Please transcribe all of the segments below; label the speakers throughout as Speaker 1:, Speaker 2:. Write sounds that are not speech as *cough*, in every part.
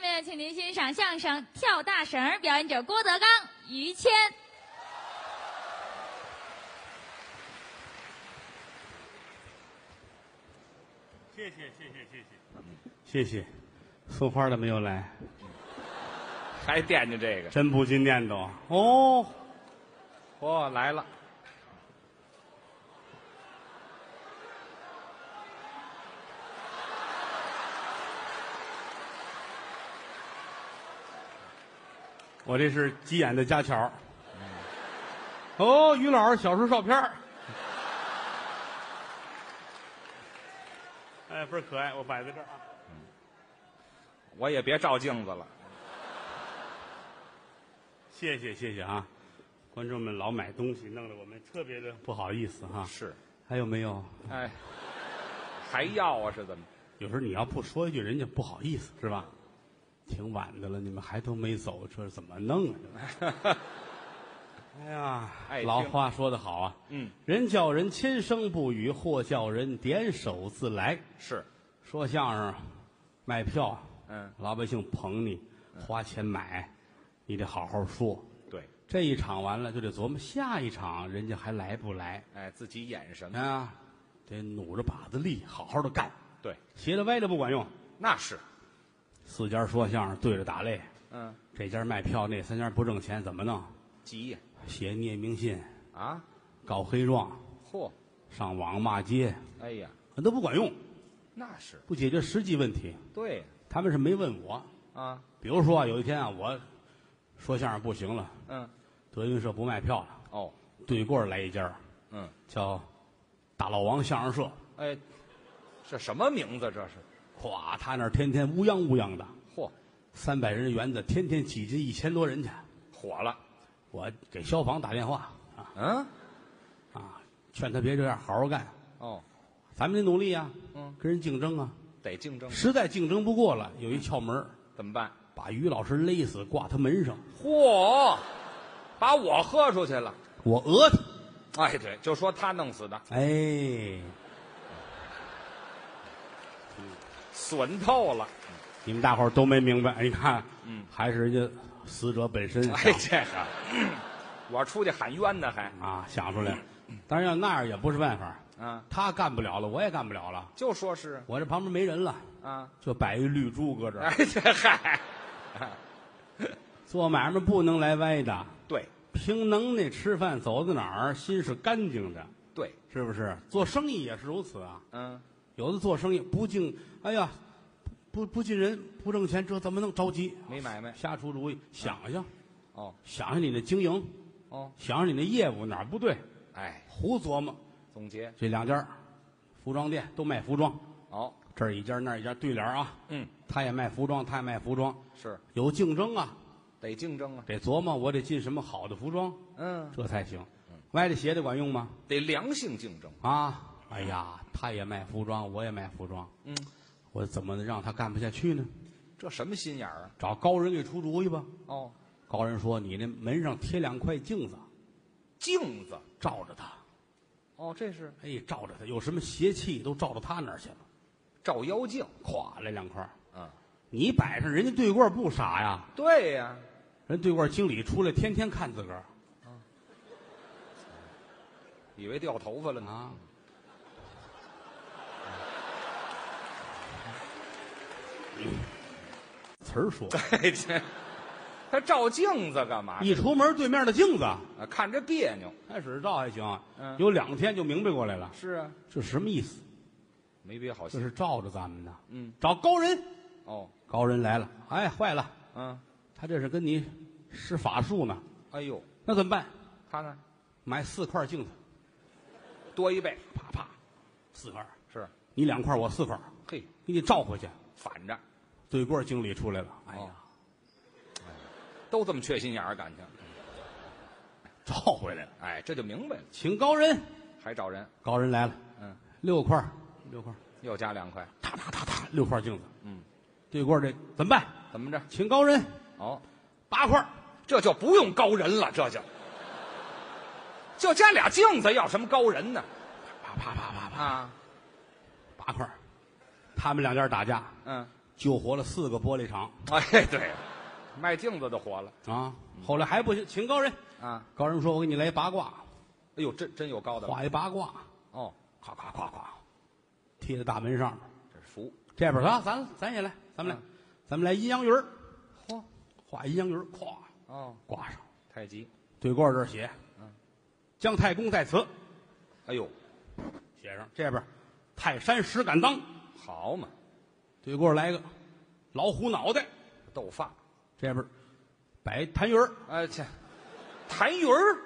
Speaker 1: 面请您欣赏相声《跳大绳儿》，表演者郭德纲、于谦。
Speaker 2: 谢谢谢谢谢谢谢谢，送花的没有来，
Speaker 3: 还惦记这个，
Speaker 2: 真不禁念叨哦，哦来了，我这是急眼的家巧儿。哦，于老师小时候照片儿哎，倍儿可爱，我摆在这儿啊。
Speaker 3: 我也别照镜子了。
Speaker 2: 谢谢谢谢啊，观众们老买东西，弄得我们特别的不好意思哈、
Speaker 3: 是，
Speaker 2: 还有没有？
Speaker 3: 哎，还要啊？是怎么？
Speaker 2: 有时候你要不说一句，人家不好意思是吧？挺晚的了，你们还都没走，这是怎么弄啊？哎呀，
Speaker 3: 爱听
Speaker 2: 老话说得好啊，
Speaker 3: 嗯，
Speaker 2: 人叫人千声不语，货叫人点手自来。
Speaker 3: 是，
Speaker 2: 说相声，卖票，
Speaker 3: 嗯，
Speaker 2: 老百姓捧你，花钱买，你得好好说。
Speaker 3: 对，
Speaker 2: 这一场完了，就得琢磨下一场人家还来不来
Speaker 3: 哎，自己演什么？
Speaker 2: 啊？得努着把子力，好好的干，
Speaker 3: 对，
Speaker 2: 斜的歪的不管用。
Speaker 3: 那是，
Speaker 2: 四家说相声对着打擂，
Speaker 3: 嗯，
Speaker 2: 这家卖票，那三家不挣钱，怎么弄？
Speaker 3: 急呀
Speaker 2: 写匿名信，
Speaker 3: 啊！
Speaker 2: 告黑状，
Speaker 3: 嚯，
Speaker 2: 上网骂街，
Speaker 3: 哎呀，
Speaker 2: 那都不管用，
Speaker 3: 那是
Speaker 2: 不解决实际问题。
Speaker 3: 对
Speaker 2: 他们是没问我，
Speaker 3: 啊，
Speaker 2: 比如说啊，有一天啊，我说相声不行了，
Speaker 3: 嗯，
Speaker 2: 德云社不卖票了，
Speaker 3: 哦，
Speaker 2: 对过来一家
Speaker 3: 嗯，
Speaker 2: 叫大老王相声社，
Speaker 3: 哎，这什么名字？这是？
Speaker 2: 咵，他那儿天天乌泱乌泱的，
Speaker 3: 嚯，
Speaker 2: 三百人的园子，天天挤进一千多人去。
Speaker 3: 火了，
Speaker 2: 我给消防打电话啊
Speaker 3: 嗯，
Speaker 2: 啊，劝他别这样，好好干，
Speaker 3: 哦，
Speaker 2: 咱们得努力啊，
Speaker 3: 嗯，
Speaker 2: 跟人竞争啊，
Speaker 3: 得竞争，
Speaker 2: 实在竞争不过了，有一窍门儿
Speaker 3: 怎么办？
Speaker 2: 把于老师勒死，挂他门上，
Speaker 3: 嚯，把我喝出去了。
Speaker 2: 我讹他，
Speaker 3: 哎，对，就说他弄死的，
Speaker 2: 哎，
Speaker 3: 损透了。
Speaker 2: 你们大伙儿都没明白，你看，
Speaker 3: 嗯，
Speaker 2: 还是人家死者本身
Speaker 3: 哎，这个，我出去喊冤呢还，
Speaker 2: 啊想出来，当然要那样也不是办法，
Speaker 3: 啊，
Speaker 2: 他干不了了，我也干不了了，
Speaker 3: 就说是
Speaker 2: 我这旁边没人了，
Speaker 3: 啊，
Speaker 2: 就摆一绿猪搁这儿
Speaker 3: 哎，，这嗨，嗯
Speaker 2: 做买卖不能来歪的，
Speaker 3: 对
Speaker 2: 凭能耐吃饭，走到哪儿心是干净的，
Speaker 3: 对，
Speaker 2: 是不是？做生意也是如此啊，
Speaker 3: 嗯，
Speaker 2: 有的做生意不敬，哎呀，不不进人，不挣钱，这怎么能着急？
Speaker 3: 没买卖，
Speaker 2: 瞎出主意，想想
Speaker 3: 哦
Speaker 2: 想想你的经营，
Speaker 3: 哦，
Speaker 2: 想想你的业务哪儿不对，
Speaker 3: 哎，
Speaker 2: 胡琢磨。
Speaker 3: 总结，
Speaker 2: 这两家儿服装店都卖服装，
Speaker 3: 哦，
Speaker 2: 这儿一家那儿一家对联儿啊，
Speaker 3: 嗯，
Speaker 2: 他也卖服装，他也卖服装，
Speaker 3: 是
Speaker 2: 有竞争啊，
Speaker 3: 得竞争啊，
Speaker 2: 得琢磨我得进什么好的服装，
Speaker 3: 嗯，
Speaker 2: 这才行。歪着斜的管用吗？
Speaker 3: 得良性竞争，
Speaker 2: 啊，哎呀，他也卖服装，我也卖服装，
Speaker 3: 嗯，
Speaker 2: 我怎么能让他干不下去呢？
Speaker 3: 这什么心眼儿啊？
Speaker 2: 找高人给出主意吧。
Speaker 3: 哦，
Speaker 2: 高人说：“你那门上贴两块镜子，
Speaker 3: 镜子，
Speaker 2: 照着他，
Speaker 3: 哦，这是
Speaker 2: 哎，照着他，有什么邪气都照到他那儿去了。
Speaker 3: 照妖镜，
Speaker 2: 咵，来两块儿，
Speaker 3: 嗯，
Speaker 2: 你摆上，人家对过不傻呀，
Speaker 3: 对呀，
Speaker 2: 人对罐经理出来，天天看自个儿
Speaker 3: 以为掉头发了呢， *laughs*
Speaker 2: 啊。词儿 *laughs* 说，
Speaker 3: 哎这，他照镜子干嘛？
Speaker 2: 一出门对面的镜子，
Speaker 3: 啊看着别扭，
Speaker 2: 开始照还行，
Speaker 3: 嗯
Speaker 2: 有两天就明白过来了，
Speaker 3: 是啊，
Speaker 2: 这什么意思？
Speaker 3: 没别好
Speaker 2: 这
Speaker 3: 心，
Speaker 2: 是照着咱们呢。
Speaker 3: 嗯，
Speaker 2: 找高人，
Speaker 3: 哦，
Speaker 2: 高人来了，哎，坏了，
Speaker 3: 嗯，
Speaker 2: 他这是跟你施法术呢，
Speaker 3: 哎呦，
Speaker 2: 那怎么办？
Speaker 3: 他呢，
Speaker 2: 买四块镜子，
Speaker 3: 多一倍，
Speaker 2: 啪啪，四块，
Speaker 3: 是，
Speaker 2: 你两块，我四块，
Speaker 3: 嘿，
Speaker 2: 给你照回去。
Speaker 3: 反着，
Speaker 2: 对过经理出来了，哎呀，
Speaker 3: 都这么缺心眼儿，感情。
Speaker 2: 照回来了。
Speaker 3: 哎，这就明白了，
Speaker 2: 请高人，
Speaker 3: 还找人，
Speaker 2: 高人来了，
Speaker 3: 嗯，
Speaker 2: 六块儿，六块儿，
Speaker 3: 又加两块，
Speaker 2: 哒哒哒哒，六块镜子，
Speaker 3: 嗯，
Speaker 2: 对过这怎么办？
Speaker 3: 怎么着？
Speaker 2: 请高人，
Speaker 3: 哦，
Speaker 2: 八块儿，
Speaker 3: 这就不用高人了，这就就加俩镜子，要什么高人呢？
Speaker 2: 啪啪啪啪啪，
Speaker 3: 啊，
Speaker 2: 八块儿，他们两家打架，
Speaker 3: 嗯，
Speaker 2: 救活了四个玻璃厂
Speaker 3: 哎，对，卖镜子的火了
Speaker 2: 啊。后来还不行，请高人。
Speaker 3: 啊！
Speaker 2: 高人说：“我给你来一八卦，
Speaker 3: 哎呦，真真有高的了
Speaker 2: 画一八卦，
Speaker 3: 哦，
Speaker 2: 咵咵咵咵，贴在大门上面。
Speaker 3: 这是福。
Speaker 2: 这边说啊，咱咱也来，咱们来，
Speaker 3: 嗯
Speaker 2: 咱们来阴阳鱼儿，
Speaker 3: 嚯，
Speaker 2: 画阴阳鱼儿，咵
Speaker 3: 哦，
Speaker 2: 挂上，
Speaker 3: 太极。
Speaker 2: 对过这儿写，
Speaker 3: 嗯
Speaker 2: 姜太公在此，
Speaker 3: 哎呦，
Speaker 2: 写上这边，泰山石敢当，
Speaker 3: 好嘛，
Speaker 2: 对过来个老虎脑袋，
Speaker 3: 斗发。
Speaker 2: 这边摆痰盂儿，
Speaker 3: 哎切，谭云儿。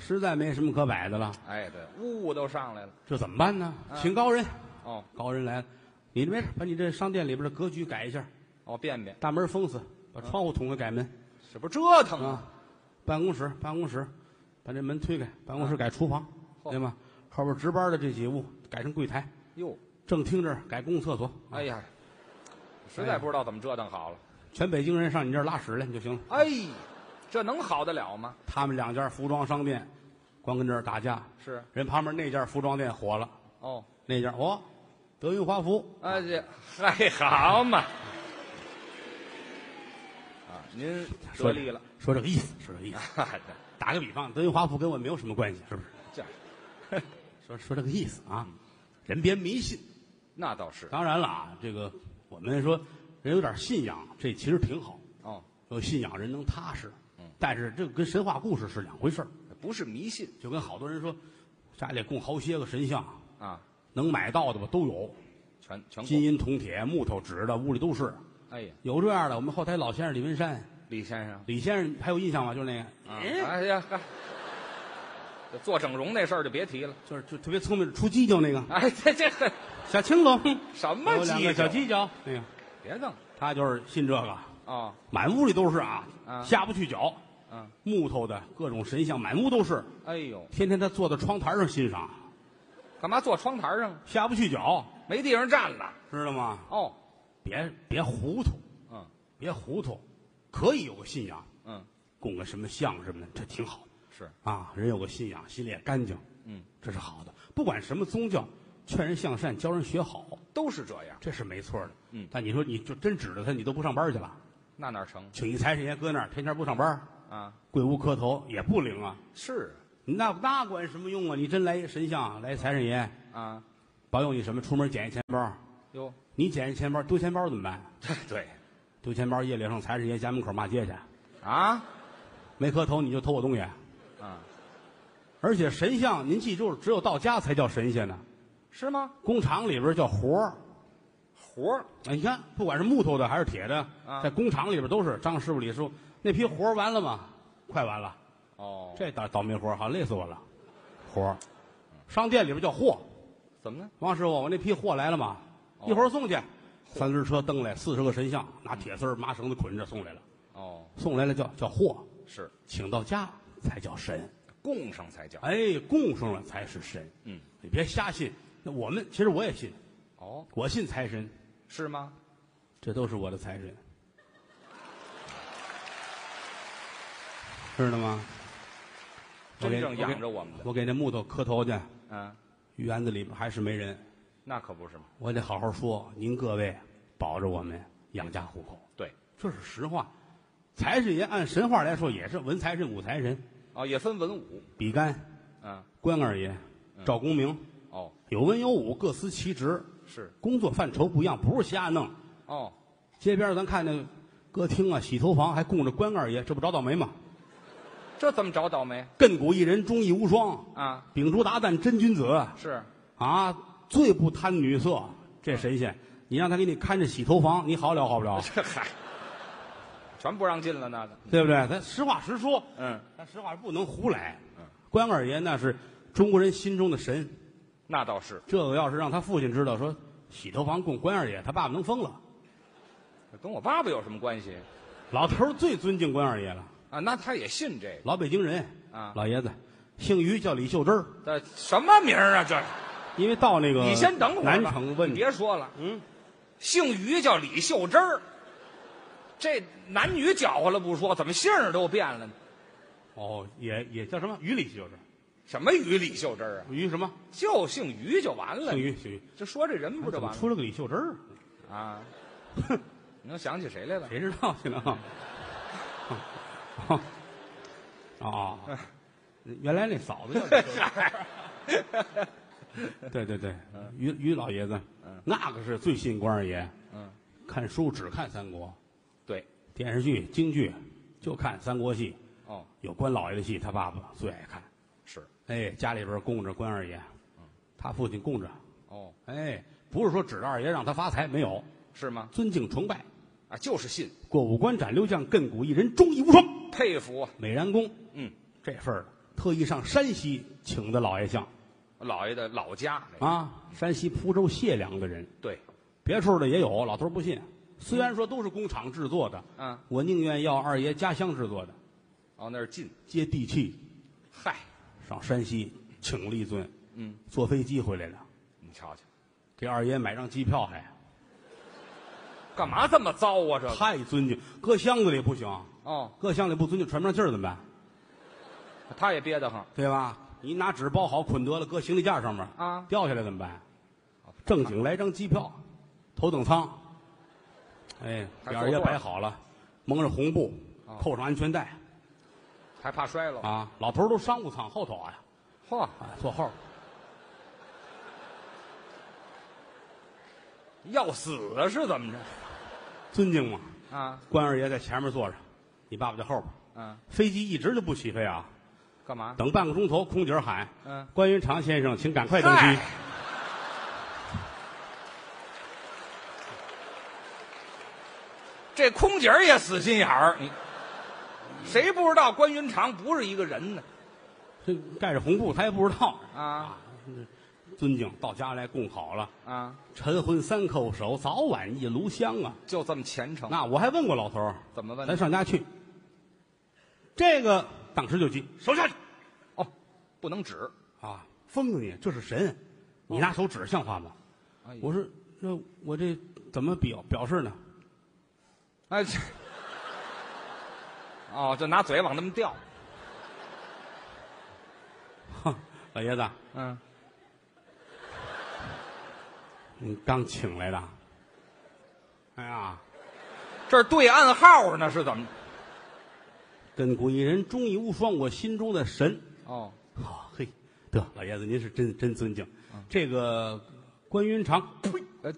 Speaker 2: 实在没什么可摆的了，
Speaker 3: 哎，对，呜呜都上来了。
Speaker 2: 这怎么办呢？请高人，
Speaker 3: 哦
Speaker 2: 高人来了，你没事，把你这商店里边的格局改一下，
Speaker 3: 哦，便便，
Speaker 2: 大门封死，把窗户捅开，改门
Speaker 3: 这不折腾啊？
Speaker 2: 啊，办公室办公室，把这门推开，办公室改厨房，
Speaker 3: 嚯
Speaker 2: 对吗？后边值班的这几屋改成柜台，
Speaker 3: 哟，
Speaker 2: 正厅这儿改公共厕所，
Speaker 3: 哎呀，实
Speaker 2: 哎
Speaker 3: 在不知道怎么折腾好了。
Speaker 2: 全北京人上你这儿拉屎来就行了。
Speaker 3: 哎，这能好得了吗？
Speaker 2: 他们两家服装商店，光跟这儿打架，
Speaker 3: 是
Speaker 2: 人旁边那家服装店火了，
Speaker 3: 哦，
Speaker 2: 那家哦，德云华服
Speaker 3: 哎这，嗨，好嘛。啊，您得利了， *laughs*
Speaker 2: 说这个意思，说这个意思。
Speaker 3: 哎
Speaker 2: 打个比方，德云华服跟我没有什么关系，是不是？
Speaker 3: 这
Speaker 2: 说说这个意思啊，人别迷信。
Speaker 3: 那倒是
Speaker 2: 当然了啊，这个我们说人有点信仰，这其实挺好。
Speaker 3: 哦，
Speaker 2: 有信仰人能踏实
Speaker 3: 嗯，
Speaker 2: 但是这个跟神话故事是两回事儿。
Speaker 3: 不是迷信
Speaker 2: 就跟好多人说，家里供好些个神像，
Speaker 3: 啊，
Speaker 2: 能买到的吧都有，
Speaker 3: 全全
Speaker 2: 金
Speaker 3: 国。
Speaker 2: 银铜铁、木头纸的，屋里都是。
Speaker 3: 哎呀，
Speaker 2: 有这样的，我们后台老先生李文山，
Speaker 3: 李先生
Speaker 2: 李先生还有印象吗？就是那个，
Speaker 3: 啊，哎呀，嗨，这做整容那事儿就别提了。
Speaker 2: 就是就特别聪明，出犄角那个
Speaker 3: 哎，这这很
Speaker 2: 小青龙，
Speaker 3: 什么
Speaker 2: 有两
Speaker 3: 鸡
Speaker 2: 个小
Speaker 3: 鸡，
Speaker 2: 犄角，那个
Speaker 3: 别弄
Speaker 2: 他就是信这个，
Speaker 3: 啊，
Speaker 2: 满屋里都是啊，
Speaker 3: 啊
Speaker 2: 下不去脚，
Speaker 3: 嗯，
Speaker 2: 木头的各种神像满屋都是。
Speaker 3: 哎呦，
Speaker 2: 天天他坐在窗台上欣赏，
Speaker 3: 干嘛坐窗台上？
Speaker 2: 下不去脚，
Speaker 3: 没地方站了。
Speaker 2: 知道吗？
Speaker 3: 哦，
Speaker 2: 别别糊涂，
Speaker 3: 嗯
Speaker 2: 别糊涂，可以有个信仰，
Speaker 3: 嗯，
Speaker 2: 供个什么像什么的，这挺好
Speaker 3: 是，
Speaker 2: 啊。人有个信仰，心里也干净，
Speaker 3: 嗯，
Speaker 2: 这是好的。不管什么宗教，劝人向善，教人学好，
Speaker 3: 都是这样，
Speaker 2: 这是没错的。
Speaker 3: 嗯
Speaker 2: 但你说你就真指着他，你都不上班去了，
Speaker 3: 那哪成
Speaker 2: 请一财神爷搁那儿，天天不上班，
Speaker 3: 啊？
Speaker 2: 跪屋磕头也不灵啊。
Speaker 3: 是
Speaker 2: 那那管什么用啊？你真来一神像，来一财神爷，
Speaker 3: 啊，
Speaker 2: 保佑你什么？出门捡一钱包， *laughs*
Speaker 3: 哟，
Speaker 2: 你捡一钱包，丢钱包怎么办？
Speaker 3: 对
Speaker 2: 丢钱包夜里上财神爷家门口骂街去，
Speaker 3: 啊
Speaker 2: 没磕头你就偷我东西。
Speaker 3: 啊，
Speaker 2: 而且神像，您记住，只有到家才叫神仙呢，
Speaker 3: 是吗？
Speaker 2: 工厂里边叫活儿。
Speaker 3: 活儿
Speaker 2: 哎你看，不管是木头的还是铁的，
Speaker 3: 啊
Speaker 2: 在工厂里边都是张师傅、李师傅那批活儿完了吗？快完了，
Speaker 3: 哦，
Speaker 2: 这倒倒霉活儿，好累死我了。活儿，商店里边叫货。
Speaker 3: 怎么呢？
Speaker 2: 王师傅，我那批货来了吗？一会儿送
Speaker 3: 哦
Speaker 2: 去。三轮车蹬来四十个神像，拿铁丝儿麻绳子捆着送来了，
Speaker 3: 哦，
Speaker 2: 送来了叫叫货，
Speaker 3: 是
Speaker 2: 请到家才叫神。
Speaker 3: 供上才叫
Speaker 2: 哎，供上了才是神。
Speaker 3: 嗯，
Speaker 2: 你别瞎信。那我们其实我也信，
Speaker 3: 哦，
Speaker 2: 我信财神，
Speaker 3: 是吗？
Speaker 2: 这都是我的财神，知道吗？我
Speaker 3: 真
Speaker 2: 给
Speaker 3: 正养着
Speaker 2: 我
Speaker 3: 我们
Speaker 2: 给
Speaker 3: 的，
Speaker 2: 我给那木头磕头去，
Speaker 3: 嗯，
Speaker 2: 园子里边还是没人，
Speaker 3: 那可不是嘛。
Speaker 2: 我得好好说。您各位保着我们养家糊口，
Speaker 3: 对，
Speaker 2: 这是实话。财神爷按神话来说也是文财神、武财神，
Speaker 3: 哦，也分文武，
Speaker 2: 比干、
Speaker 3: 嗯，
Speaker 2: 关二爷、赵公明，
Speaker 3: 哦，
Speaker 2: 有文有武，各司其职。
Speaker 3: 是，
Speaker 2: 工作范畴不一样，不是瞎弄。
Speaker 3: 哦，
Speaker 2: 街边儿咱看那个歌厅啊、洗头房还供着关二爷，这不找倒霉吗？
Speaker 3: 这怎么找倒霉
Speaker 2: 亘古一人，忠义无双，
Speaker 3: 啊？
Speaker 2: 秉烛达旦真君子
Speaker 3: 是， *laughs*
Speaker 2: 啊，最不贪女色，这神仙，你让他给你看着洗头房，你好了好不了，
Speaker 3: 这嗨，全不让进了那个，
Speaker 2: 对不对？咱实话实说，
Speaker 3: 嗯，
Speaker 2: 咱实话不能胡来
Speaker 3: 嗯。
Speaker 2: 关二爷那是中国人心中的神，
Speaker 3: 那倒是，
Speaker 2: 这个要是让他父亲知道说洗头房供关二爷，他爸爸能疯了。
Speaker 3: 跟我爸爸有什么关系
Speaker 2: 老头儿最尊敬关二爷了，
Speaker 3: 啊？那他也信这个。
Speaker 2: 老北京人
Speaker 3: 啊
Speaker 2: 老爷子，姓于叫李秀珍儿
Speaker 3: 这什么名儿啊？这
Speaker 2: 因为到那个
Speaker 3: 你先等会儿
Speaker 2: 嗯南
Speaker 3: 吧
Speaker 2: 城问
Speaker 3: 你别说了，
Speaker 2: 嗯，
Speaker 3: 姓于叫李秀珍儿，这男女搅和了不说，怎么姓儿都变了呢？
Speaker 2: 哦，也也叫什么于李秀珍，
Speaker 3: 什么于李秀珍儿啊？
Speaker 2: 于什么
Speaker 3: 就姓于就完了。
Speaker 2: 姓于姓于，
Speaker 3: 就说这人不就
Speaker 2: 怎么 *laughs*
Speaker 3: 完
Speaker 2: 出了个李秀珍儿
Speaker 3: 了啊？
Speaker 2: 哼，
Speaker 3: 你又想起谁来了？
Speaker 2: 谁知道去了？ *laughs* 哦，原来那嫂子叫这个
Speaker 3: *laughs*
Speaker 2: 对对对，于于老爷子，那个是最信关二爷。
Speaker 3: 嗯，
Speaker 2: 看书只看三国，
Speaker 3: 对，
Speaker 2: 电视剧、京剧就看三国戏，
Speaker 3: 哦，
Speaker 2: 有关老爷的戏，他爸爸最爱看。
Speaker 3: 是，
Speaker 2: 哎，家里边供着关二爷，
Speaker 3: 嗯
Speaker 2: 他父亲供着。
Speaker 3: 哦，
Speaker 2: 哎，不是说指着二爷让他发财，没有，
Speaker 3: 是吗？
Speaker 2: 尊敬崇拜，
Speaker 3: 啊，就是信，
Speaker 2: 过五关斩六将，亘古一人，忠义无双。
Speaker 3: 佩服啊。
Speaker 2: 美髯公
Speaker 3: 嗯，
Speaker 2: 这份儿的，特意上山西请的老爷像
Speaker 3: 老爷的老家那个
Speaker 2: 啊，山西蒲州解良的人，
Speaker 3: 对，
Speaker 2: 别处的也有，老头儿不信。虽然说都是工厂制作的，
Speaker 3: 嗯，
Speaker 2: 我宁愿要二爷家乡制作的，
Speaker 3: 哦，那是近，
Speaker 2: 接地气。
Speaker 3: 嗨，
Speaker 2: 上山西请了一尊，
Speaker 3: 嗯，
Speaker 2: 坐飞机回来的，
Speaker 3: 你瞧瞧，
Speaker 2: 给二爷买张机票还，
Speaker 3: 干嘛这么糟啊？这个
Speaker 2: 太尊敬，搁箱子里不行，
Speaker 3: 哦，
Speaker 2: 搁箱里不尊敬，喘不上气儿怎么办？
Speaker 3: 他也憋得慌，
Speaker 2: 对吧？你拿纸包好捆得了，搁行李架上面
Speaker 3: 啊
Speaker 2: 掉下来怎么办？正经来张机票，头等舱。哎，
Speaker 3: 还
Speaker 2: 点儿也
Speaker 3: 坐座儿
Speaker 2: 摆好了，蒙上红布，
Speaker 3: 啊
Speaker 2: 扣上安全带
Speaker 3: 还怕摔了。
Speaker 2: 啊。老头儿都商务舱后头啊，
Speaker 3: 嚯，
Speaker 2: 啊坐后边儿。
Speaker 3: 要死啊？是怎么着？
Speaker 2: 尊敬嘛。
Speaker 3: 啊，
Speaker 2: 关二爷在前面坐着，你爸爸在后边儿。
Speaker 3: 嗯，
Speaker 2: 飞机一直就不起飞啊，
Speaker 3: 干嘛？
Speaker 2: 等半个钟头，空姐儿喊：“
Speaker 3: 嗯
Speaker 2: 关云长先生，请赶快登机。
Speaker 3: 嗨这空姐儿也死心眼儿，你谁不知道关云长不是一个人呢？”
Speaker 2: 这盖着红布，他也不知道。
Speaker 3: 啊
Speaker 2: 尊敬，到家来供好了。
Speaker 3: 啊，
Speaker 2: 晨昏三叩首，早晚一炉香啊！
Speaker 3: 就这么虔诚，
Speaker 2: 那我还问过老头儿，
Speaker 3: 怎么问
Speaker 2: 咱？上家去。这个当时就急，手下去
Speaker 3: 哦，不能指。
Speaker 2: 啊！疯子你，这是神，你拿手指像话吗？
Speaker 3: 哎呀
Speaker 2: 我说，那我这怎么表表示呢？
Speaker 3: 哎，这哦，就拿嘴往那么掉。
Speaker 2: 哼，老爷子，
Speaker 3: 嗯，
Speaker 2: 你刚请来的？哎呀，
Speaker 3: 这是对暗号呢，是怎么？
Speaker 2: 亘古一人，忠义无双，我心中的神。
Speaker 3: 哦，
Speaker 2: 好、嘿，得老爷子您是真真尊敬。
Speaker 3: 嗯
Speaker 2: 这个关云长，呸，
Speaker 3: 呃，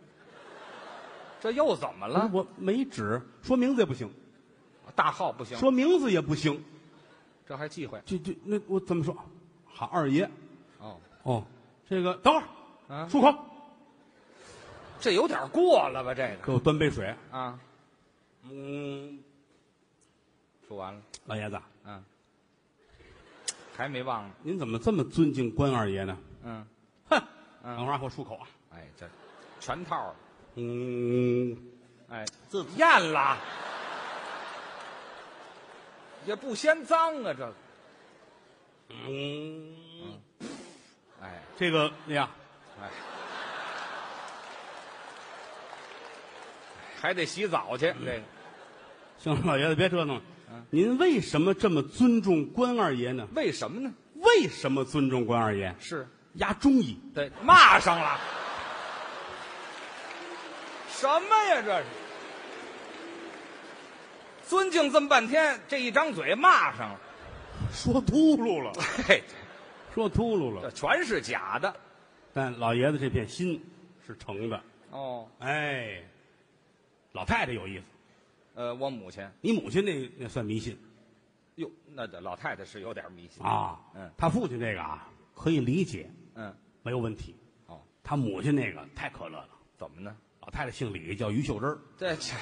Speaker 3: 这又怎么了？
Speaker 2: 我没指，说名字也不行。
Speaker 3: 大号不行，
Speaker 2: 说名字也不行，
Speaker 3: 这还忌讳。
Speaker 2: 就就那我怎么说？喊二爷
Speaker 3: 哦，
Speaker 2: 哦，这个等会儿
Speaker 3: 啊，
Speaker 2: 漱口，
Speaker 3: 这有点过了吧？这
Speaker 2: 给我端杯水。
Speaker 3: 个啊，
Speaker 2: 嗯，
Speaker 3: 说完了，
Speaker 2: 老爷子，
Speaker 3: 嗯，还没忘呢，
Speaker 2: 您怎么这么尊敬关二爷呢？
Speaker 3: 嗯，
Speaker 2: 哼，
Speaker 3: 嗯
Speaker 2: 等会儿给我漱口啊。
Speaker 3: 哎，这全套了，
Speaker 2: 嗯，
Speaker 3: 哎，
Speaker 2: 这
Speaker 3: 咽了，也不嫌脏啊，这个，
Speaker 2: 嗯，
Speaker 3: 哎
Speaker 2: 这个哎呀，
Speaker 3: 哎，还得洗澡去，这个
Speaker 2: 行了，老爷子别折腾了
Speaker 3: 嗯。
Speaker 2: 您为什么这么尊重关二爷呢？
Speaker 3: 为什么呢？
Speaker 2: 为什么尊重关二爷？
Speaker 3: 是
Speaker 2: 压中医，
Speaker 3: 对，骂上了。什么呀？这是尊敬这么半天，这一张嘴骂上了，
Speaker 2: 说秃噜了，
Speaker 3: 嘿，
Speaker 2: 说秃噜
Speaker 3: 这
Speaker 2: 了。
Speaker 3: 全是假的。
Speaker 2: 但老爷子这片心是诚的。
Speaker 3: 哦，
Speaker 2: 哎，老太太有意思，
Speaker 3: 呃，我母亲，
Speaker 2: 你母亲那那算迷信
Speaker 3: 哟，那得老太太是有点迷信。
Speaker 2: 啊。
Speaker 3: 嗯
Speaker 2: 他父亲这个啊可以理解，
Speaker 3: 嗯，
Speaker 2: 没有问题。
Speaker 3: 哦，
Speaker 2: 他母亲那个太可乐了，
Speaker 3: 怎么呢？
Speaker 2: 老太太姓李，叫于秀珍儿。
Speaker 3: 这这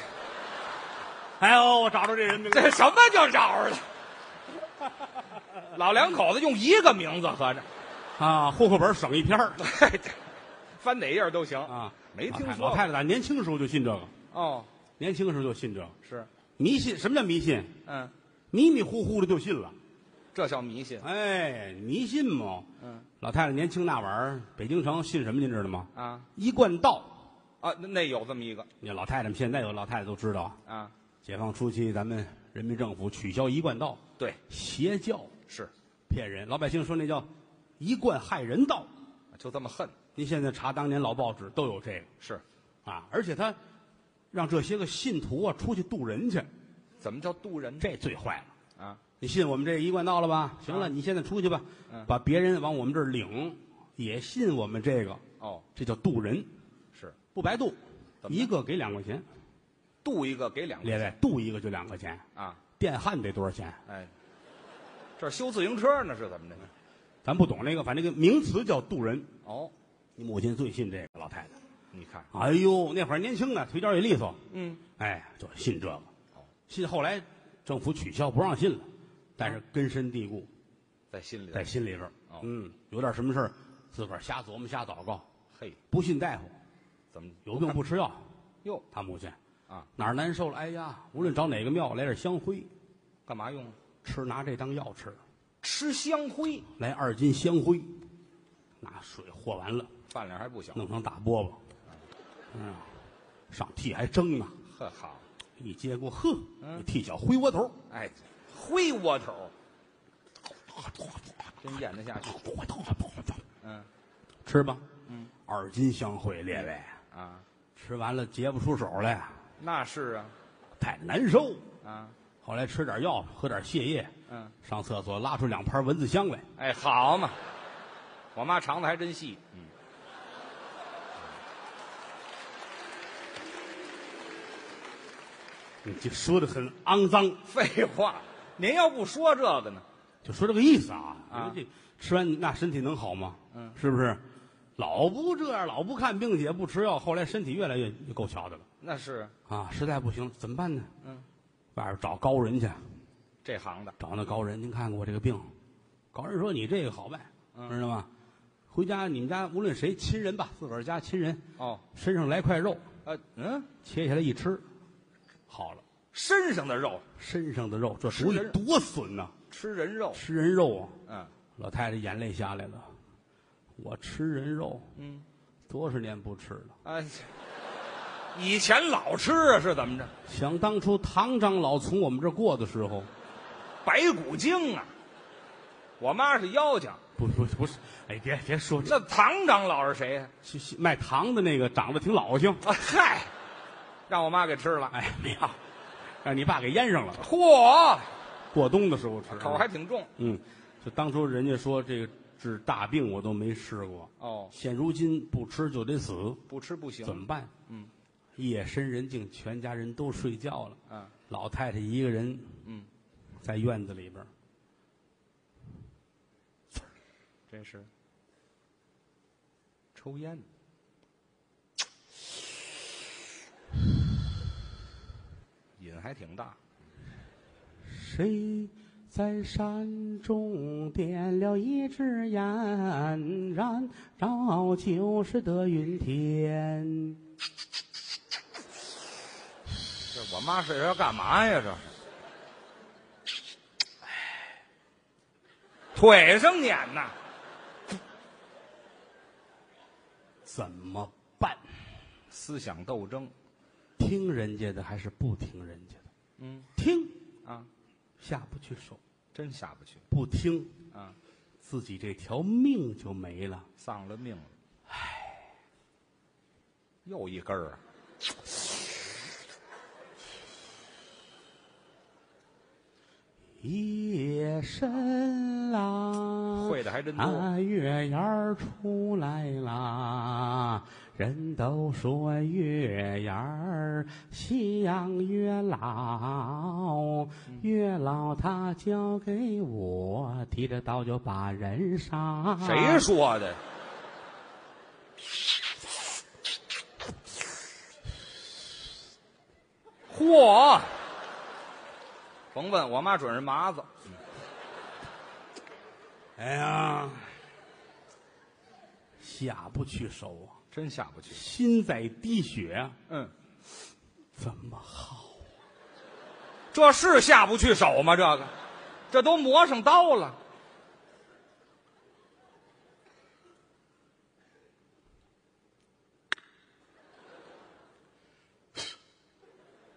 Speaker 2: 哎呦，我找着这人名
Speaker 3: 这什么叫找 *laughs* 着了？老两口子用一个名字合着， *laughs*
Speaker 2: 啊，户口本省一篇儿
Speaker 3: 嘿这翻哪页儿都行
Speaker 2: 啊。
Speaker 3: 没听
Speaker 2: 老太
Speaker 3: 说
Speaker 2: 老
Speaker 3: 过
Speaker 2: 太太打年轻时候就信这个，
Speaker 3: 哦，
Speaker 2: 年轻时候就信这个
Speaker 3: 是，
Speaker 2: 迷信。什么叫迷信？
Speaker 3: 嗯，
Speaker 2: 迷迷糊糊的就信了。
Speaker 3: 这叫迷信。
Speaker 2: 哎，迷信嘛。
Speaker 3: 嗯
Speaker 2: 老太太年轻那玩意儿，北京城信什么您知道吗？
Speaker 3: 啊
Speaker 2: 一贯道。
Speaker 3: 啊，那那有这么一个
Speaker 2: 那老太太们现在有老太太都知道啊，
Speaker 3: 啊，
Speaker 2: 解放初期咱们人民政府取消一贯道，
Speaker 3: 对，
Speaker 2: 邪教
Speaker 3: 是，
Speaker 2: 骗人，老百姓说那叫一贯害人道。
Speaker 3: 就这么恨，
Speaker 2: 您现在查当年老报纸都有这个
Speaker 3: 是
Speaker 2: 啊，而且他让这些个信徒啊出去渡人去，
Speaker 3: 怎么叫渡人
Speaker 2: 这最坏了。
Speaker 3: 啊？
Speaker 2: 你信我们这一贯道了吧？行了，你现在出去吧，
Speaker 3: 嗯
Speaker 2: 把别人往我们这儿领，也信我们这个，
Speaker 3: 哦，
Speaker 2: 这叫渡人，
Speaker 3: 是
Speaker 2: 不白渡，
Speaker 3: 怎么
Speaker 2: 一个给两块钱，
Speaker 3: 渡一个给两个
Speaker 2: 列位渡一个就两块钱，
Speaker 3: 啊？
Speaker 2: 电焊得多少钱？
Speaker 3: 哎，这修自行车呢是怎么着？
Speaker 2: 咱不懂那个，反正这个名词叫渡人。
Speaker 3: 哦，
Speaker 2: 你母亲最信这个老太太，
Speaker 3: 你看，
Speaker 2: 哎呦，那会儿年轻呢，腿脚也利索，
Speaker 3: 嗯，
Speaker 2: 哎，就信这个。信后来政府取消不让信了，但是根深蒂固
Speaker 3: 在心里头
Speaker 2: 在心里边儿
Speaker 3: 哦
Speaker 2: 嗯，有点什么事儿自个儿瞎琢磨瞎祷告，
Speaker 3: 嘿，
Speaker 2: 不信大夫，
Speaker 3: 怎么
Speaker 2: 有病不吃药。 *laughs*
Speaker 3: 哟？
Speaker 2: 他母亲
Speaker 3: 啊，
Speaker 2: 哪儿难受了，哎呀，无论找哪个庙来点香灰，
Speaker 3: 干嘛用啊？
Speaker 2: 吃拿这当药吃，
Speaker 3: 吃香灰，
Speaker 2: 来二斤香灰，拿水和完了，
Speaker 3: 饭量还不小。
Speaker 2: 弄成大饽饽，嗯，上屉还蒸呢，
Speaker 3: 呵，好，
Speaker 2: 一接过，呵，
Speaker 3: 嗯
Speaker 2: 那屉小灰窝头，
Speaker 3: 哎，灰窝头，真咽得下去。嗯
Speaker 2: 吃吧，嗯，二斤香灰，列位，
Speaker 3: 啊，
Speaker 2: 吃完了结不出手来，
Speaker 3: 那是啊
Speaker 2: 太难受。
Speaker 3: 啊，
Speaker 2: 后来吃点药，喝点泻叶，
Speaker 3: 嗯，
Speaker 2: 上厕所拉出两盘蚊子香来，
Speaker 3: 哎，好嘛，我妈肠子还真细。嗯，
Speaker 2: 你这说的很肮脏。
Speaker 3: 废话，您要不说这个呢？
Speaker 2: 就说这个意思啊，
Speaker 3: 啊
Speaker 2: 因为这吃完那身体能好吗？嗯，是不是？老不这样，老不看病也不吃药，后来身体越来越越够瞧的了
Speaker 3: 那是
Speaker 2: 啊！实在不行怎么办呢？
Speaker 3: 嗯，
Speaker 2: 外边找高人去，
Speaker 3: 这行的，
Speaker 2: 找那高人，您看看我这个病，高人说你这个好办，
Speaker 3: 嗯
Speaker 2: 知道吗？回家你们家无论谁亲人吧，自个儿家亲人
Speaker 3: 哦，
Speaker 2: 身上来块肉，
Speaker 3: 呃，嗯，
Speaker 2: 切下来一吃，好了，
Speaker 3: 身上的肉
Speaker 2: 身上的肉这主意
Speaker 3: 吃人
Speaker 2: 多损呐、
Speaker 3: 吃人肉，
Speaker 2: 吃人肉啊！
Speaker 3: 嗯
Speaker 2: 老太太眼泪下来了，我吃人肉，
Speaker 3: 嗯
Speaker 2: 多少年不吃了？
Speaker 3: 啊，以前老吃啊，是怎么着？
Speaker 2: 想当初唐长老从我们这儿过的时候，
Speaker 3: 白骨精啊，我妈是妖精，
Speaker 2: 不不不是，哎，别别说这
Speaker 3: 那唐长老是谁呀、
Speaker 2: 是是卖糖的那个长得挺老性，
Speaker 3: 啊？嗨，让我妈给吃了，
Speaker 2: 哎，没有，让你爸给腌上了。
Speaker 3: 嚯，
Speaker 2: 过冬的时候吃，
Speaker 3: 口还挺重
Speaker 2: 嗯，就当初人家说这个治大病我都没试过，
Speaker 3: 哦，
Speaker 2: 现如今不吃就得死，
Speaker 3: 不吃不行。
Speaker 2: 怎么办？
Speaker 3: 嗯，
Speaker 2: 夜深人静，全家人都睡觉了，
Speaker 3: 啊，
Speaker 2: 老太太一个人
Speaker 3: 嗯，
Speaker 2: 在院子里边儿，
Speaker 3: 真是抽烟呢。瘾还挺大，
Speaker 2: 谁在山中点了一支烟，燃照旧时的云天。
Speaker 3: 这我妈这是要干嘛呀？这是，腿上撵呐，
Speaker 2: 怎么办？
Speaker 3: 思想斗争，
Speaker 2: 听人家的还是不听人家的？
Speaker 3: 嗯
Speaker 2: 听
Speaker 3: 啊，
Speaker 2: 下不去手，
Speaker 3: 真下不去
Speaker 2: 不听
Speaker 3: 啊，
Speaker 2: 自己这条命就没了。
Speaker 3: 丧了命了，唉，又一根儿啊，
Speaker 2: 夜深啦，
Speaker 3: 会的还真多
Speaker 2: 啊，月牙儿出来啦，人都说月牙儿夕阳越老，
Speaker 3: 嗯
Speaker 2: 越老它交给我，提着刀就把人杀。
Speaker 3: 谁说的？嚯！甭问，我妈准是麻子。
Speaker 2: 哎呀，下不去手啊，
Speaker 3: 真下不去。
Speaker 2: 心在滴血啊，
Speaker 3: 嗯，
Speaker 2: 怎么好？
Speaker 3: 这是下不去手吗？这个，这都磨上刀了。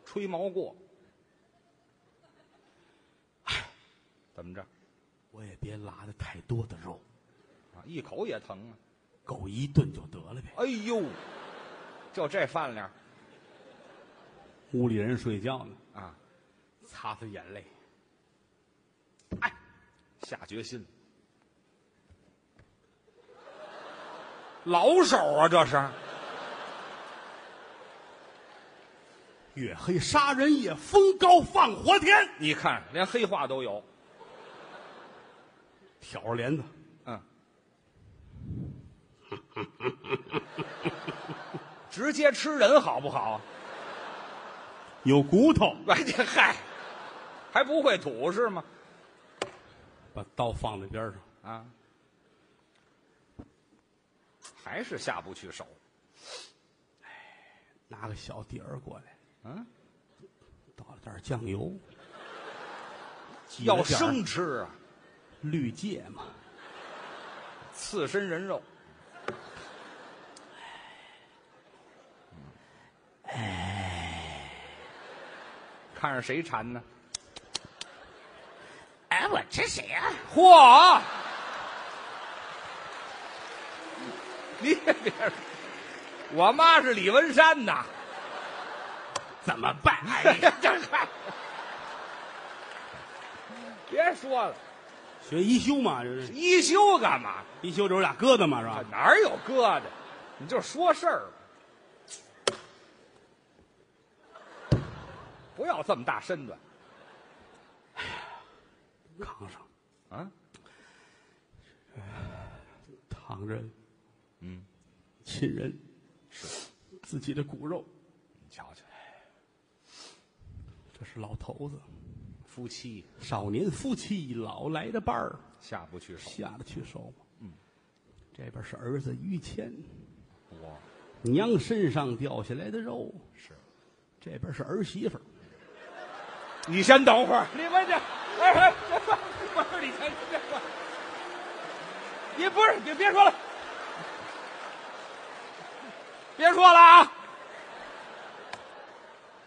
Speaker 3: 吹毛过，怎么着？
Speaker 2: 我也别拉的太多的肉。
Speaker 3: 啊，一口也疼啊！
Speaker 2: 够一顿就得了呗。
Speaker 3: 哎呦，就这饭量，
Speaker 2: 屋里人睡觉呢，
Speaker 3: 啊，
Speaker 2: 擦擦眼泪。
Speaker 3: 哎，下决心了，老手啊，这是
Speaker 2: 月黑杀人夜，风高放火天。
Speaker 3: 你看连黑话都有，
Speaker 2: 挑着帘子，
Speaker 3: 嗯， *laughs* 直接吃人好不好？
Speaker 2: 有骨头，
Speaker 3: *laughs* 哎，这嗨，还不会吐是吗？
Speaker 2: 把刀放在边上，
Speaker 3: 啊，还是下不去手。
Speaker 2: 拿个小碟儿过来，
Speaker 3: 嗯，
Speaker 2: 倒了点酱油，挤了
Speaker 3: 要
Speaker 2: 点儿
Speaker 3: 生吃啊，
Speaker 2: 绿芥末，
Speaker 3: 刺身人肉。看着谁馋呢？
Speaker 1: 哎，我吃谁呀、啊？
Speaker 3: 嚯！你也别说，我妈是李文山呐。 *laughs*
Speaker 2: 怎么办？
Speaker 3: 哎呀，这嗨，别说了，
Speaker 2: 学一休嘛，这是
Speaker 3: 一休干嘛？
Speaker 2: 一休就是俩疙瘩嘛，是吧？
Speaker 3: 哪儿有疙瘩？你就说事儿吧，不要这么大身段
Speaker 2: 炕上
Speaker 3: 啊！
Speaker 2: 躺着，嗯，亲人是自己的骨肉，
Speaker 3: 你瞧瞧，
Speaker 2: 这是老头子，
Speaker 3: 夫妻
Speaker 2: 少年夫妻老来的伴儿，
Speaker 3: 下不去手，
Speaker 2: 下得去手吗？嗯，这边是儿子于谦，
Speaker 3: 我
Speaker 2: 娘身上掉下来的肉，
Speaker 3: 是。
Speaker 2: 这边是儿媳妇儿，
Speaker 3: 你先等会儿，你们这，哎哎，不是你先别说，你不是别别说了，别说了啊，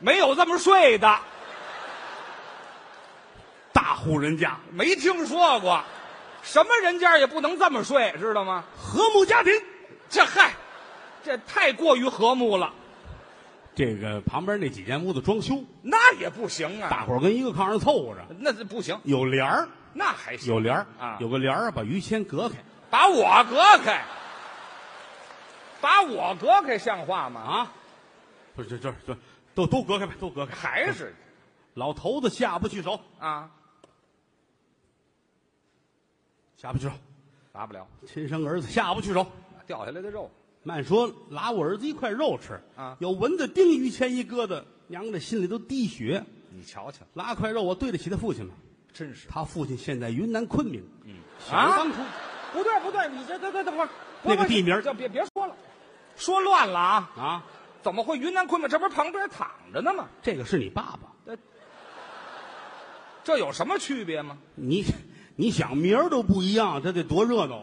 Speaker 3: 没有这么睡的，
Speaker 2: 大户人家，
Speaker 3: 没听说过，什么人家也不能这么睡，知道吗？
Speaker 2: 和睦家庭。
Speaker 3: 这嗨，这太过于和睦了，
Speaker 2: 这个旁边那几间屋子装修，
Speaker 3: 那也不行啊，
Speaker 2: 大伙儿跟一个炕上凑合着，
Speaker 3: 那这不行，
Speaker 2: 有帘儿，
Speaker 3: 那还行，
Speaker 2: 有帘儿
Speaker 3: 啊
Speaker 2: 有个帘儿把于谦隔开
Speaker 3: 把我隔开，把我隔开，像话吗？
Speaker 2: 啊，不是，这这这都都隔开吧，都隔开。
Speaker 3: 还 *laughs* 是
Speaker 2: 老头子下不去手，
Speaker 3: 啊，
Speaker 2: 下不去手，
Speaker 3: 打不了，
Speaker 2: 亲生儿子下不去手。
Speaker 3: 掉下来的肉，
Speaker 2: 慢说，拉我儿子一块肉吃
Speaker 3: 啊
Speaker 2: 有蚊子叮于谦一疙瘩，娘的心里都滴血。
Speaker 3: 你瞧瞧，
Speaker 2: 拉块肉，我对得起他父亲吗？
Speaker 3: 真是
Speaker 2: 他父亲现在云南昆明，嗯，想
Speaker 3: 啊
Speaker 2: 当初
Speaker 3: 不对不对，你这等等等会儿，不
Speaker 2: 那个
Speaker 3: 不
Speaker 2: 地名儿
Speaker 3: 就别别说了，说乱了啊！
Speaker 2: 啊，
Speaker 3: 怎么会云南昆明？这不是旁边躺着呢吗？
Speaker 2: 这个是你爸爸，
Speaker 3: 这这有什么区别吗？
Speaker 2: 你你想名儿都不一样，这得多热闹！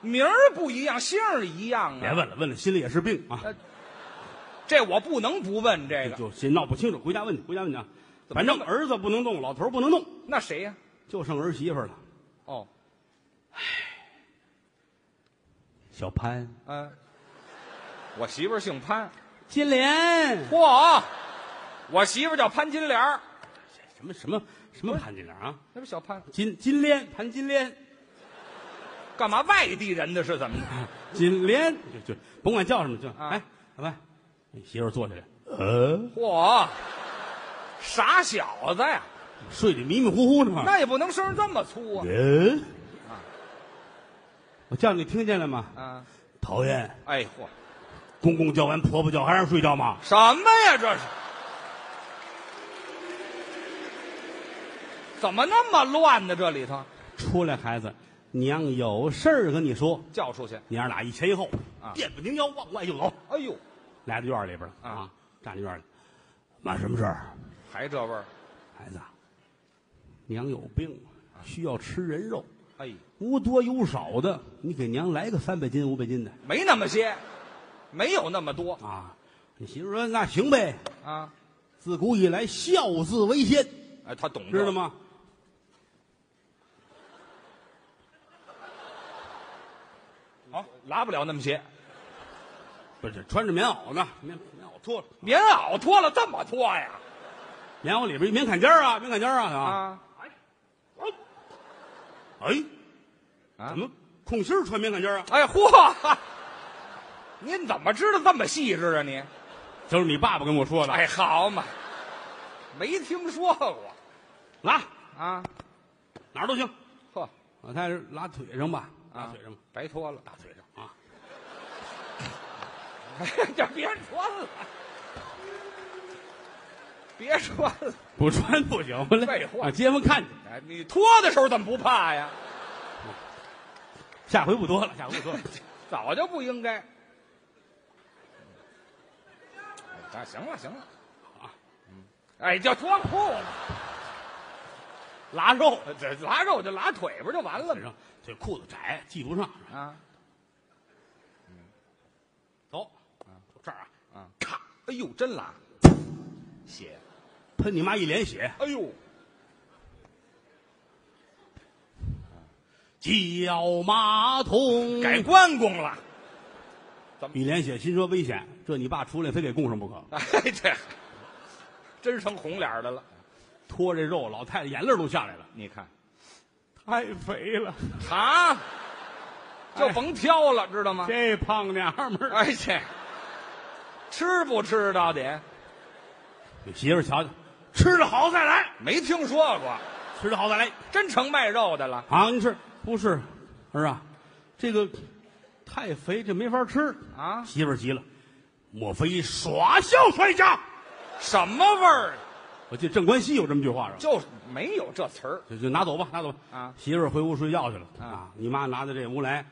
Speaker 3: 名儿不一样，姓儿一样
Speaker 2: 别
Speaker 3: 啊！
Speaker 2: 问了，问了心里也是病啊，
Speaker 3: 这我不能不问这
Speaker 2: 就
Speaker 3: 个。
Speaker 2: 就心闹不清楚，回家问去，回家问去啊。
Speaker 3: 怎么
Speaker 2: 反正
Speaker 3: 这么
Speaker 2: 儿子不能动，老头儿不能动，
Speaker 3: 那谁呀、
Speaker 2: 就剩儿媳妇儿了。
Speaker 3: 哦，
Speaker 2: 小潘、
Speaker 3: 嗯、我媳妇儿姓潘。
Speaker 2: 金莲，
Speaker 3: 嚯，我媳妇儿叫潘金莲儿
Speaker 2: 什么什么什么潘金莲啊？
Speaker 3: 那不小潘？
Speaker 2: 金金莲，潘金莲，
Speaker 3: 干嘛外地人的是怎么的？
Speaker 2: 金莲，就就甭管叫什么，就、
Speaker 3: 啊
Speaker 2: 哎，老潘，你媳妇儿坐下来，呃，
Speaker 3: 嚯，傻小子呀，
Speaker 2: *laughs* 睡得迷迷糊糊的嘛，
Speaker 3: 那也不能声儿这么粗啊！
Speaker 2: 嗯，我叫你听见了吗？
Speaker 3: 啊，
Speaker 2: 讨厌，
Speaker 3: 哎嚯，
Speaker 2: 公公叫完，婆婆叫，还让睡觉吗？
Speaker 3: 什么呀这是？怎么那么乱呢？这里头
Speaker 2: 出来，孩子，娘有事儿跟你说。
Speaker 3: 叫出去，
Speaker 2: 娘俩一前一后
Speaker 3: 啊，
Speaker 2: 电不宁腰，往外就走，
Speaker 3: 哎呦，
Speaker 2: 来到院儿里边了
Speaker 3: 啊
Speaker 2: 啊，站在院儿里，妈，什么事儿？啊
Speaker 3: 还这味儿，
Speaker 2: 孩子，啊娘有病，需要吃人肉，
Speaker 3: 哎，
Speaker 2: 无多有少的，你给娘来个三百斤、五百斤的
Speaker 3: 没那么些，没有那么多
Speaker 2: 啊！你媳妇说那行呗，
Speaker 3: 啊！
Speaker 2: 自古以来孝字为先，
Speaker 3: 哎，他懂这
Speaker 2: 知道？吗？
Speaker 3: 啊，拉不了那么些，
Speaker 2: 不是穿着棉袄呢，棉棉袄脱了，
Speaker 3: 棉袄脱了这么脱呀？
Speaker 2: 棉袄里边一棉坎肩儿啊，棉坎肩儿啊啊！
Speaker 3: 啊，
Speaker 2: 哎，
Speaker 3: 啊
Speaker 2: 怎么空心儿穿棉坎肩儿啊？
Speaker 3: 哎嚯！您怎么知道这么细致啊你？
Speaker 2: 就是你爸爸跟我说的。
Speaker 3: 哎，好嘛，没听说过
Speaker 2: 拉
Speaker 3: 啊！
Speaker 2: 哪儿都行，
Speaker 3: 呵，
Speaker 2: 我看是拉腿上吧，拉
Speaker 3: 啊
Speaker 2: 腿上吧，
Speaker 3: 白脱了， *laughs*
Speaker 2: 大腿上啊，
Speaker 3: 这别穿了，别穿了。
Speaker 2: 不穿不行，
Speaker 3: 废话
Speaker 2: 让街坊看见，
Speaker 3: 哎，你脱的时候怎么不怕呀？
Speaker 2: 下回不多了，下回不多了。
Speaker 3: 早就不应该。啊，行了行了，啊，哎，就脱裤子，
Speaker 2: 拉肉，
Speaker 3: 这拉肉就拉腿不就完了
Speaker 2: 腿
Speaker 3: 吗？
Speaker 2: 上这裤子窄，系不上。
Speaker 3: 啊，
Speaker 2: 走，就这儿啊，
Speaker 3: 啊
Speaker 2: 咔，
Speaker 3: 哎呦，真拉血，
Speaker 2: 喷你妈一脸血。
Speaker 3: 哎呦，
Speaker 2: 叫马桶，
Speaker 3: 改关公了，
Speaker 2: 一脸血，心说危险，这你爸出来非给供上不可。
Speaker 3: *laughs* 哎，这真成红脸的了。
Speaker 2: 拖着肉，老太太眼泪都下来了，
Speaker 3: 你看，
Speaker 2: 太肥了，
Speaker 3: 啊，就甭挑了，知道吗？
Speaker 2: *laughs* 这胖娘们儿。
Speaker 3: 哎切，吃不吃到底？
Speaker 2: 你媳妇儿瞧瞧，吃的好再来，
Speaker 3: 没听说过，
Speaker 2: 吃的好再来。
Speaker 3: 真成卖肉的了
Speaker 2: 啊，您是不是儿啊？这个太肥，这没法吃。
Speaker 3: 啊？
Speaker 2: 媳妇儿急了，莫非耍笑摔跤？
Speaker 3: 什么味儿？
Speaker 2: 我记得郑关西有这么句话是吧？
Speaker 3: 就是没有这词儿
Speaker 2: 就就拿走吧，拿走吧。
Speaker 3: 啊
Speaker 2: 媳妇儿回屋睡觉去了
Speaker 3: 啊
Speaker 2: 啊。你妈拿到这屋来，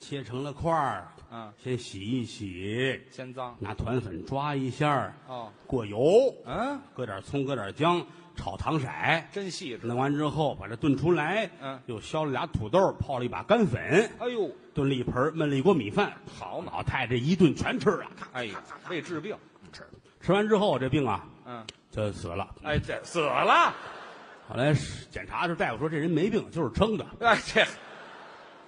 Speaker 2: 切成了块儿，
Speaker 3: 啊
Speaker 2: 先洗一洗，
Speaker 3: 嫌脏
Speaker 2: 拿团粉抓一下儿，
Speaker 3: 哦。
Speaker 2: 过油，
Speaker 3: 嗯，
Speaker 2: 搁点葱，搁点姜，炒糖色。
Speaker 3: 真细致。
Speaker 2: 弄完之后，把这炖出来，
Speaker 3: 嗯
Speaker 2: 又削了俩土豆，泡了一把干粉，
Speaker 3: 哎呦，
Speaker 2: 炖了一盆儿，焖了一锅米饭。
Speaker 3: 好嘛
Speaker 2: 老太太这一顿全吃了，
Speaker 3: 哎呀，为治病，
Speaker 2: 吃吃完之后这病啊
Speaker 3: 嗯，
Speaker 2: 就死了。
Speaker 3: 哎，这死了，
Speaker 2: 后来检查的时候，大夫说这人没病，就是撑的。
Speaker 3: 哎这，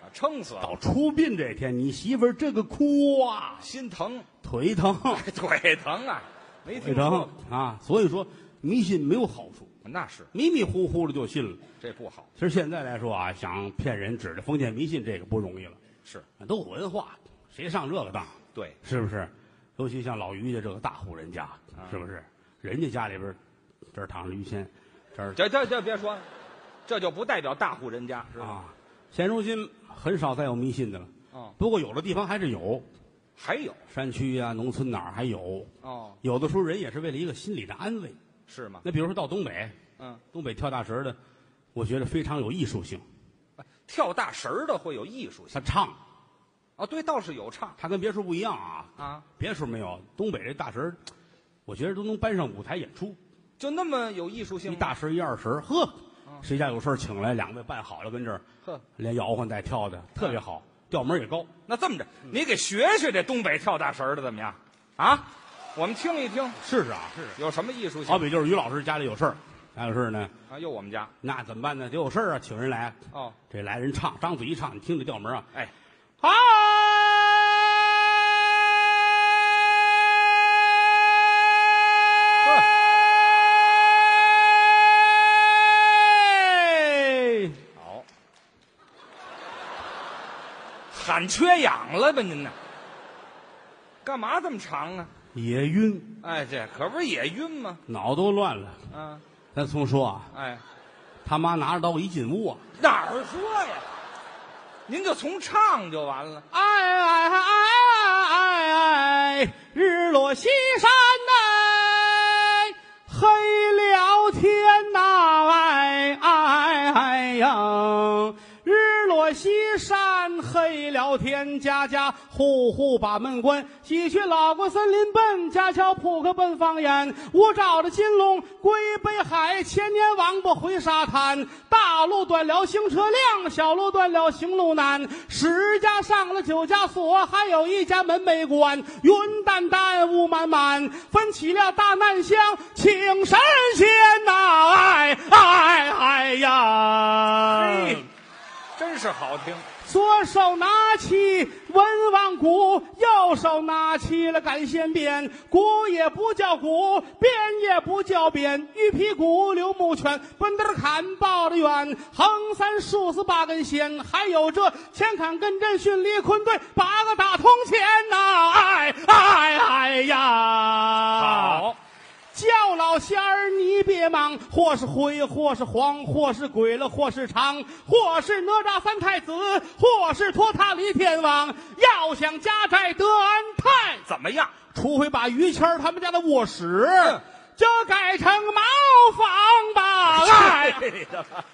Speaker 3: 啊撑死了，
Speaker 2: 到出殡这天，你媳妇儿这个哭啊，
Speaker 3: 心疼， *laughs*
Speaker 2: 腿疼，
Speaker 3: 哎腿疼啊，没
Speaker 2: 腿
Speaker 3: 听说
Speaker 2: 疼
Speaker 3: 过，
Speaker 2: 啊！所以说迷信没有好处，
Speaker 3: 那是
Speaker 2: 迷迷糊糊的就信了。
Speaker 3: 这不好，
Speaker 2: 其实现在来说啊，想骗人指着封建迷信这个不容易了，
Speaker 3: 是
Speaker 2: 都有文化，谁上这个当？
Speaker 3: 对，
Speaker 2: 是不是？尤其像老于家这个大户人家，是不是？人家家里边儿这儿躺着于谦，这儿
Speaker 3: 这这这别说了，这就不代表大户人家，是吧？
Speaker 2: 啊，现如今很少再有迷信的了。
Speaker 3: 哦，
Speaker 2: 不过有的地方还是有，
Speaker 3: 还有
Speaker 2: 山区呀、农村哪儿还有。
Speaker 3: 哦，
Speaker 2: 有的时候人也是为了一个心理的安慰。
Speaker 3: 是吗？
Speaker 2: 那比如说到东北，
Speaker 3: 嗯，
Speaker 2: 东北跳大神的，我觉得非常有艺术性。
Speaker 3: 跳大神儿的会有艺术
Speaker 2: 他
Speaker 3: 性
Speaker 2: 唱，
Speaker 3: 哦，对，倒是有唱
Speaker 2: 他跟别处不一样啊。
Speaker 3: 啊，
Speaker 2: 别处没有，东北这大神，我觉得都能搬上舞台演出。
Speaker 3: 就那么有艺术性
Speaker 2: 一
Speaker 3: 吗，
Speaker 2: 大神一二神，呵，谁家有事儿请来两位办好了，跟这儿
Speaker 3: 呵，
Speaker 2: 连摇晃带跳的特别好，调门儿也高。
Speaker 3: 那这么着，你给学学这东北跳大神儿的怎么样？啊，我们听一听
Speaker 2: 试试啊，试试。
Speaker 3: 有什么艺术性
Speaker 2: 好比就是于老师家里有事儿，家里有事儿呢，
Speaker 3: 啊？又我们家
Speaker 2: 那怎么办呢？得有事儿啊，请人来。
Speaker 3: 哦，
Speaker 2: 这来人唱，张嘴一唱，你听这调门儿啊，
Speaker 3: 哎，
Speaker 2: 嗨，
Speaker 3: 好，喊缺氧了吧您呢？干嘛这么长啊？
Speaker 2: 也晕，
Speaker 3: 哎，这可不是也晕吗？
Speaker 2: 脑都乱了。
Speaker 3: 啊，
Speaker 2: 咱从说啊，
Speaker 3: 哎，
Speaker 2: 他妈拿着刀一进屋啊，
Speaker 3: 哪儿说呀？您就从唱就完了。
Speaker 2: 哎哎哎哎哎，日落西山呐、黑了天呐、哎哎哎呀，日落西山，黑了天，家家户户把门关，喜鹊老过森林奔，家桥扑克奔放眼，我找着金龙归北海，千年王八回沙滩，大路断了行车辆，小路断了行路难，十家上了九家锁，还有一家门没关，云淡淡雾漫漫，分起了大难香，请神仙呐、哎哎哎呀！嗯
Speaker 3: 嘿，真是好听。
Speaker 2: 左手拿起文王鼓，右手拿起了赶仙鞭。鼓也不叫鼓，鞭也不叫鞭，玉皮鼓，刘木拳，奔得砍，抱着远，横三竖四八根弦，还有这前坎艮震巽离坤兑八个大铜钱呐、哎哎哎呀！啊
Speaker 3: 好，
Speaker 2: 叫老仙儿，你别忙，或是灰，或是黄，或是鬼了，或是长，或是哪吒三太子，或是托塔李天王。要想家宅得安泰，
Speaker 3: 怎么样？
Speaker 2: 除非把于谦儿他们家的卧室
Speaker 3: 嗯
Speaker 2: 就改成茅房吧。哎呀
Speaker 3: *laughs* 去你的吧！哦